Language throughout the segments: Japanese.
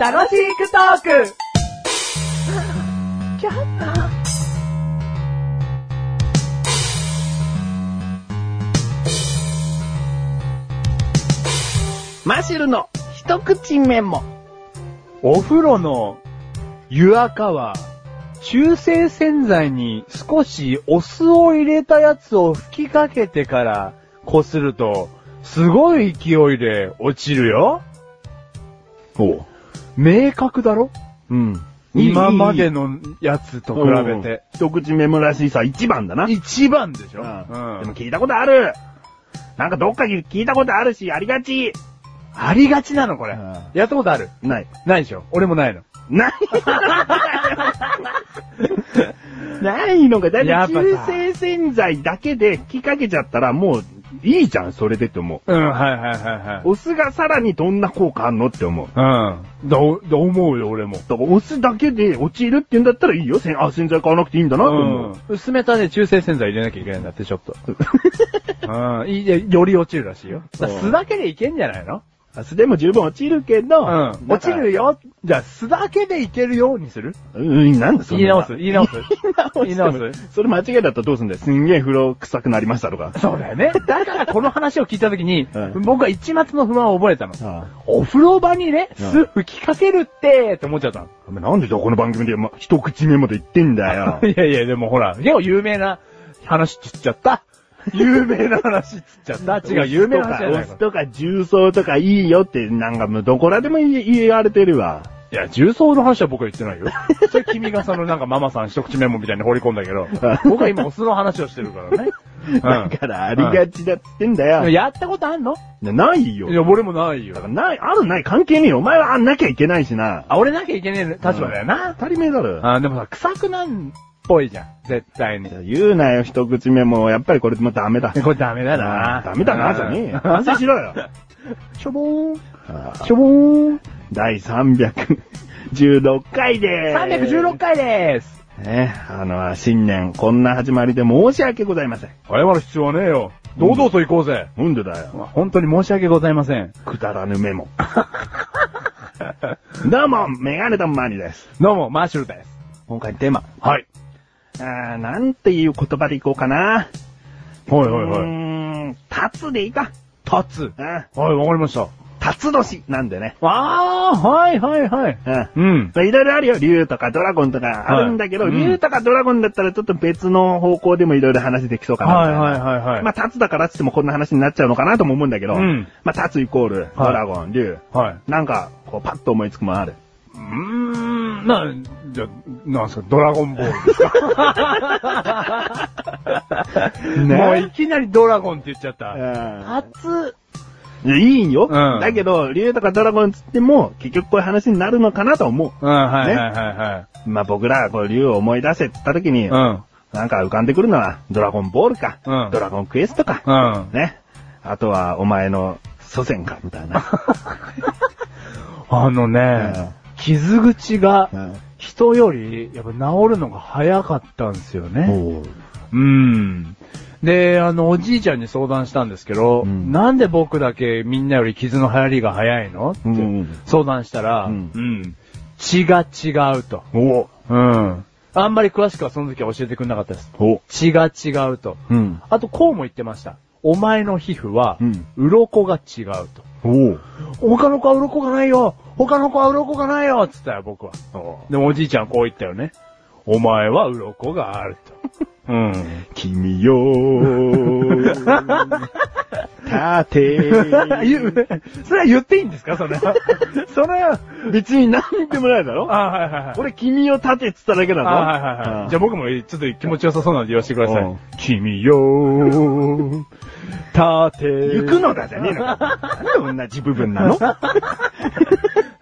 楽しくトークマシュルの一口メモ。お風呂の湯垢は、中性洗剤に少しお酢を入れたやつを吹きかけてからこすると、すごい勢いで落ちるよ。お明確だろうん。今までのやつと比べて。一口メモらしいさ、一番だな。一番でしょ、うんうでもん聞いたことある。なんかどっかに聞いたことあるし、ありがち。ありがちなの、これうん。やったことあるない。ないでしょ俺もないの。 ない。ないのか。だってやっぱさ中性洗剤だけで吹きかけちゃったらもういいじゃん、それでって思う。うん、はいはいはいお酢がさらにどんな効果あんのって思う。はい。うん。どう、どう思うよ、俺も。だからお酢だけで落ちるって言うんだったらいいよ。せんあ、洗剤買わなくていいんだなって思う。うん。薄めたね、中性洗剤入れなきゃいけないんだって、ちょっと。うん。いいやより落ちるらしいよ。だからうん酢だけでいけんじゃないのあ酢でも十分落ちるけど、うん。落ちるよ。よ。じゃあ、酢だけでいけるようにするうん、なんだそれ。言い直す、言い直す。言い直す。言い直すそれ間違いだったらどうすんだよ。すんげえ風呂臭くなりましたと か。 そうだよね。だからこの話を聞いたときに、うん僕は一抹の不満を覚えたの。あお風呂場にね、うん酢吹きかけるって、って思っちゃったの。。あなんでじゃあこの番組で、ま、一口目まで言ってんだ よいやいや、でもほら、結構有名な話っつっちゃった。有名な話っつっちゃった。違う、有名な話じゃなおい酢のとか重曹とかいいよって、なんかもうどこらでも言い言われてるわ。いや、重曹の話は僕は言ってないよ。 それ君がそのなんかママさん一口メモみたいに放り込んだけ ど、僕は今お酢の話をしてるからね。だからありがちだっつってんだよ。やったことあんのなないよ。いや、俺もないだよか。らない、あるない関係ねえよ。お前はあんなきゃいけないしな。あ、俺なきゃいけねえ立場だよな。当たり前だろ。あ、でもさ、臭くなんっぽいじゃん。絶対に。言うなよ、一口目も。やっぱりこれもうダメだ。これダメだな。ダメだな、じゃねえよ。反 省しろよ。しょぼーん。あしょぼーん。第316回でーす。 316回でーす。ね、あの、新年、こんな始まりで申し訳ございません。謝る必要はねえよ。堂々と行こうぜ。なんでだよ。本当に申し訳ございません。くだらぬメ モ。どうも、メガネとマニです。どうも、マーシュルです。今回のテーマ。はい。あー、なんていう言葉でいこうかな。はいうーはいん、立つでいいか。はい。う立ん、つ。はい、わかりました。立つ年なんでね。ああ、はいはいはい。うん。うん。いろいろあるよ。竜とかドラゴンとかあるんだけど、はいうん竜とかドラゴンだったらちょっと別の方向でもいろいろ話できそうかなみたはいいな。はいはいはい。まあ、立つだからっつってもこんな話になっちゃうのかなとも思うんだけど、うんまあ、立つイコール、ドラゴン、竜、はい。なんか、こう、パッと思いつくもんある。うーん、な、じゃ、なんすか、ドラゴンボール ですかねもういきなりドラゴンって言っちゃった。立つ。いやいいんよ。うんだけど、竜とかドラゴンっつっても、結局こういう話になるのかなと思うん、はいはいはいはう。まあ、僕ら、こう、竜を思い出せって言った時に、い。うん。なんか浮かんでくるのは、ドラゴンボールか、うんドラゴンクエストか、うん。ね。あとは、お前の祖先か、みたい な。あのうんね、傷口がうん人よりやっぱ治るのが早かったんですよね。おううん。で、あの、おじいちゃんに相談したんですけど、うんなんで僕だけみんなより傷の流行りが早いのってうん相談したら、ううんん、血が違うと。おうん。あんまり詳しくはその時は教えてくれなかったです。お血が違うと。うん。あと、こうも言ってました。お前の皮膚はうん、鱗が違うと。お他の子は鱗がないよ他の子は鱗がないよっつったよ、僕は。おでもおじいちゃんはこう言ったよね。お前は鱗がある と。うん。君よ ー立て言う それは言っていいんですかそれ は。それは、別に何でもないだあ、ろはいはいはい。俺君を立てっつっただけだあ、ぞ。はいはいはい。じゃあ僕もちょっと気持ちよさそうなので言わせてくださうんい。君よー、立てうん行くのだじゃねえのか。なんで同じ部分なの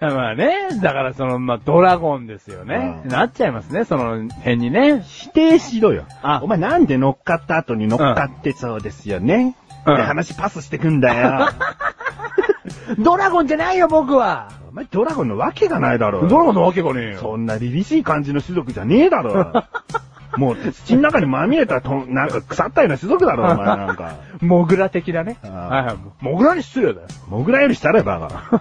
まあね、だからその、まあドラゴンですよね。うんなっちゃいますね、その辺にね。否定しろよ。あお前なんで乗っかった後に乗っかってそうですよね。うんって話パスしてくんだ よ。ドラゴンじゃないよ、僕はお前ドラゴンのわけがないだろド。ラゴンのわけがねえよ。 そんな凛々しい感じの種族じゃねえだろ。もう土の中にまみれたと、なんか腐ったような種族 だろ、お前なんか。モグラ的なね。あーはいはい。モグラに失礼だよ。モグラよりしたらバ カ。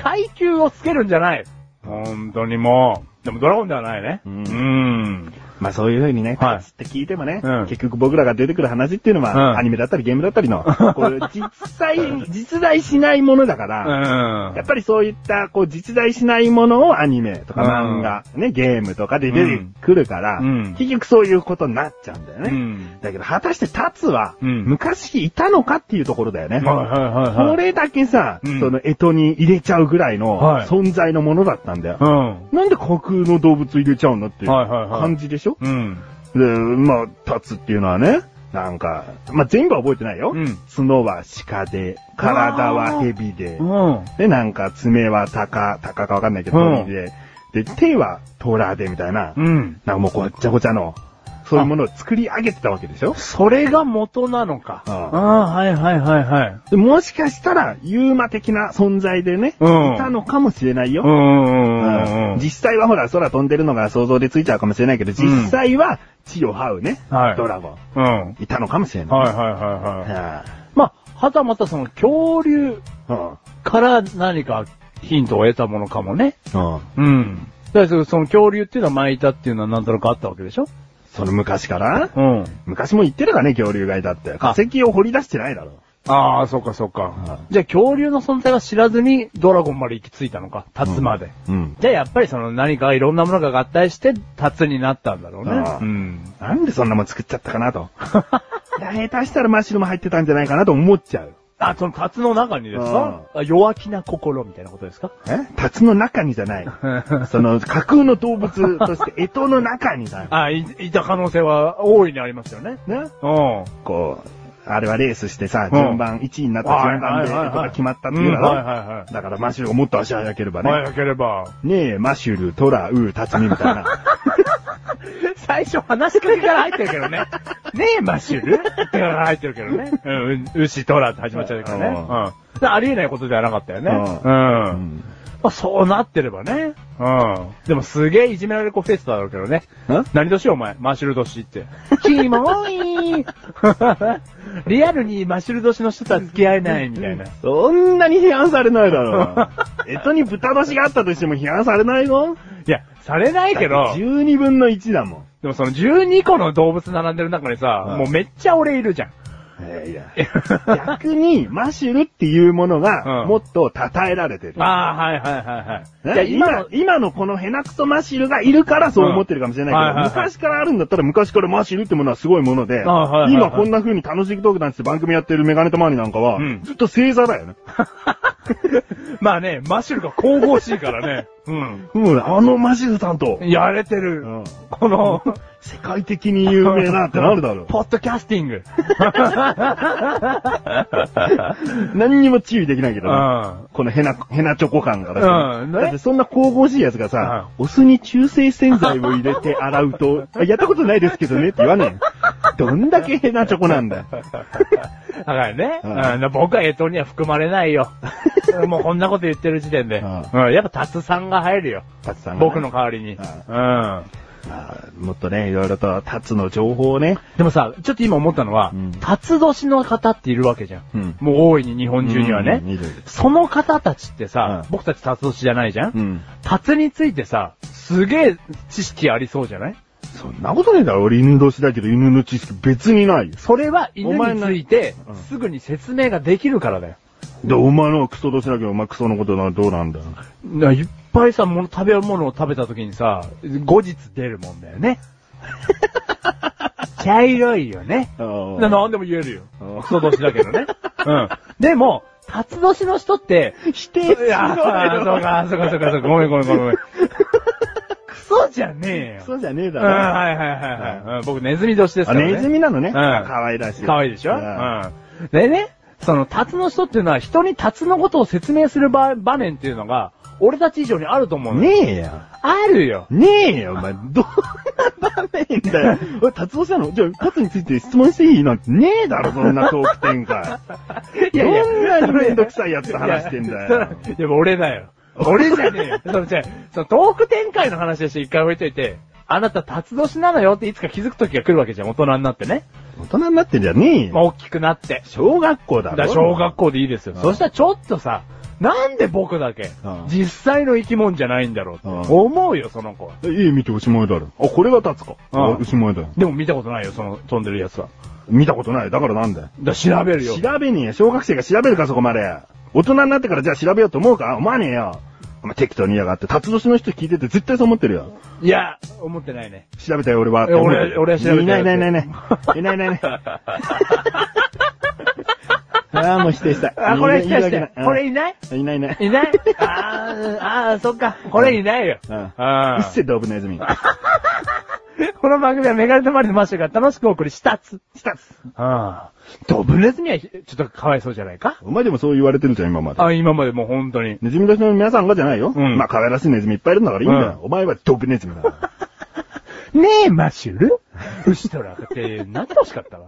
階級をつけるんじゃない。本当にもう。でもドラゴンではないね。うんん。まあそういう風にね、はいタイツって聞いてもね、うん結局僕らが出てくる話っていうのは、うんアニメだったりゲームだったり の、こういう実際、実在しないものだから、うんやっぱりそういった、こう、実在しないものをアニメとか漫画、ね、ゲームとかで出てくるから、うん結局そういうことになっちゃうんだよね。うんだけど、果たしてタツは、うん昔いたのかっていうところだよね。はいはいはいはいこれだけさ、うんその、干支に入れちゃうぐらいのはい存在のものだったんだよ。うん。なんで架空の動物入れちゃうのっていうはいはいはい感じでしょ、うん。で、まあ、タツっていうのはね、なんか、まあ、全部は覚えてないよ。うん角は鹿で、体は蛇で、うん。で、なんか、爪は鷹、鷹かわかんないけど、うんで、で、手は虎で、みたいな、うん。なんかもうごっちゃごちゃの、そういうものを作り上げてたわけでしょそれが元なのか。ああああ、はいはいはいはい。でもしかしたら、ユーマ的な存在でね、うんいたのかもしれないよ。んうん実際はほら、空飛んでるのが想像でついちゃうかもしれないけど、実際は、地を這うね、はいドラゴン、うん。はいいたのかもしれない。はいはいはい。はまあ、はたまたその恐竜あうんから何かヒントを得たものかもね。うんうん。だからその恐竜っていうのは巻いたっていうのはなんとなくあったわけでしょその昔からうん。昔も言ってるからね、恐竜がいたって。化石を掘り出してないだろ。ああ、そうかそうかは。じゃあ恐竜の存在は知らずにドラゴンまで行き着いたのか。タツまで。うん。じゃあやっぱりその何かいろんなものが合体してタツになったんだろうね。ああん。なんでそんなもん作っちゃったかなと。 いや下手したらマッシュルも入ってたんじゃないかなと思っちゃう。あ、そのタツの中にですかあ弱気な心みたいなことです かえタツの中にじゃない。その架空の動物として、 干支の中にさ、あい、いた可能性は大いにありますよね。ね、うん。こう、あれはレースしてさ、うん順番1位になった順番で、はいはいはいはい干支が決まったっていうだろうんはいはいはいだからマッシュルがもっと足早ければね。早ければ。ねえ、マッシュル、トラ、ウー、タツミみたいな。 最初話しかけから入ってるけどね。 ねえ、マッシュルってから入ってるけど ね。うん、牛トラって始まっちゃうけどね。ううんん。だからありえないことではなかったよね。う うん。うんまあ、そうなってればね。うん。でもすげえいじめられる子フェスだろうけどね。ん何年よ、お前。マッシュル年って。キモい リアルにマッシュル年の人とは付き合えないみたいな。そんなに批判されないだ ろう。干支に豚年があったとしても批判されないよ。いや、されないけど、 12分の1だもん。でもその12個の動物並んでる中にさ、うんもうめっちゃ俺いるじゃん。いやいや逆に、マシュルっていうものが、うんもっと称えられてる。 ああ、はいはいはいはい。ね今の、今のこのヘナクソマシュルがいるからそう思ってるかもしれないけど、うんはいはいはい昔からあるんだったら昔からマシュルってものはすごいもので、あはいはいはい今こんな風に楽しいトークなんて番組やってるメガネとマーニなんかは、うんずっと正座だよね。 まあね、マシュルが神々しいからね。うん。うん、あのマシュルさんと、やれてる。うんこの、世界的に 有名なってなるだろう。 ポッドキャスティング。何にも注意できないけどね、うこのヘナ、ヘナチョコ感が出してねうんねだってそんな神々しいやつがさ、お酢に中性洗剤を入れて洗うと、あやったことないですけどねって言わないの。 どんだけヘナチョコなんだよ。だからね、うんうん僕はエトには含まれな いよ。もうこんなこと言ってる時点で。ううんやっぱタツさんが入るよ。タツさんがね、僕の代わりに。うんうん。あーもっとね、いろいろとタツの情報をね。でもさ、ちょっと今思ったのはうん、タツ年の方っているわけじゃん。うんもう大いに日本中にはね。うんいるいるその方たちってさ、うん僕たちタツ年じゃないじゃん、ん。タツについてさ、すげえ知識ありそうじゃないそんなことねえだろ。俺犬年だけど犬の知識別にないよ。それは犬についてお前のうん、すぐに説明ができるからだよ。で、お前のはクソ年だけど、お前クソのことはどうなんだよ。ないっぱいさ、もの食べ物を食べた時にさ、後日出るもんだよ ね。茶色いよね。な、なんでも言えるよ。うんクソ年だけどね。うん。でも、辰年の人って、否定いしろやー、そうよ。か、そうか、そうか、そうか、ごめん、ごめん、ごめんご めん。クソじゃねえよ。クソじゃねえだうん、ろ。はいはいはいはいうん。僕、ネズミ年ですあ、からね。ネズミなのね。んかわいらしい。かわいいでしょううんん。でね、その、タツの人っていうのは、人にタツのことを説明する場場面っていうのが、俺たち以上にあると思うのねえよ。あるよ。ねえよ、お前。どんな場面だよ。おい、達夫したのじゃあ、達について質問していいなんてねえだろ、そんなトーク展開。いやいやどんなにめんどくさいやつと話してんだよ。 いや、 それいや俺だよ。俺じゃねえよ。その、じゃあその、トーク展開の話だして一回置いといて、あなた辰年なのよっていつか気づく時が来るわけじゃん、大人になってね。大人になってんじゃねえまあよ。大きくなって。小学校だだろ。から小学校でいいですよ。うんそしたらちょっとさ、なんで僕だけうん、実際の生き物じゃないんだろうってうん思うよ、その子は。え。いい見ておしまいだろ。あ、これが立つか。うんあ、おしまいだよ。でも見たことないよ、その飛んでるやつは。見たことない。だからなんだよ。だから調べるよ。調べねえよ。小学生が調べるか、そこまで。大人になってからじゃあ調べようと思うか思わねえよ。お前適当に言いやがって、辰年の人聞いてて絶対そう思ってるよ。いや、思ってないね。調べたよ、俺は。え俺俺は調べたよいないいないいないいない。いないい ないいない。ああ、もう否定した。あ、これ否定して。これいいないない。いないいない。いないあーあー、そっか。これいないよ。うんあ一ー切動物ネズミ。この番組はメガネとマリのマッシュが楽しくお送りしたつ。したっすああ。ドブネズミはひちょっとかわいそうじゃないかお前でもそう言われてるじゃん、今まで。あ、今までもう本当に。ネズミ年の皆さんがじゃないよ。うんまあ、可愛らしいネズミいっぱいいるんだからいいんだよ。お前はドブネズミだ。 ねえ、マッシュルウシトラって、なってほしかったわ。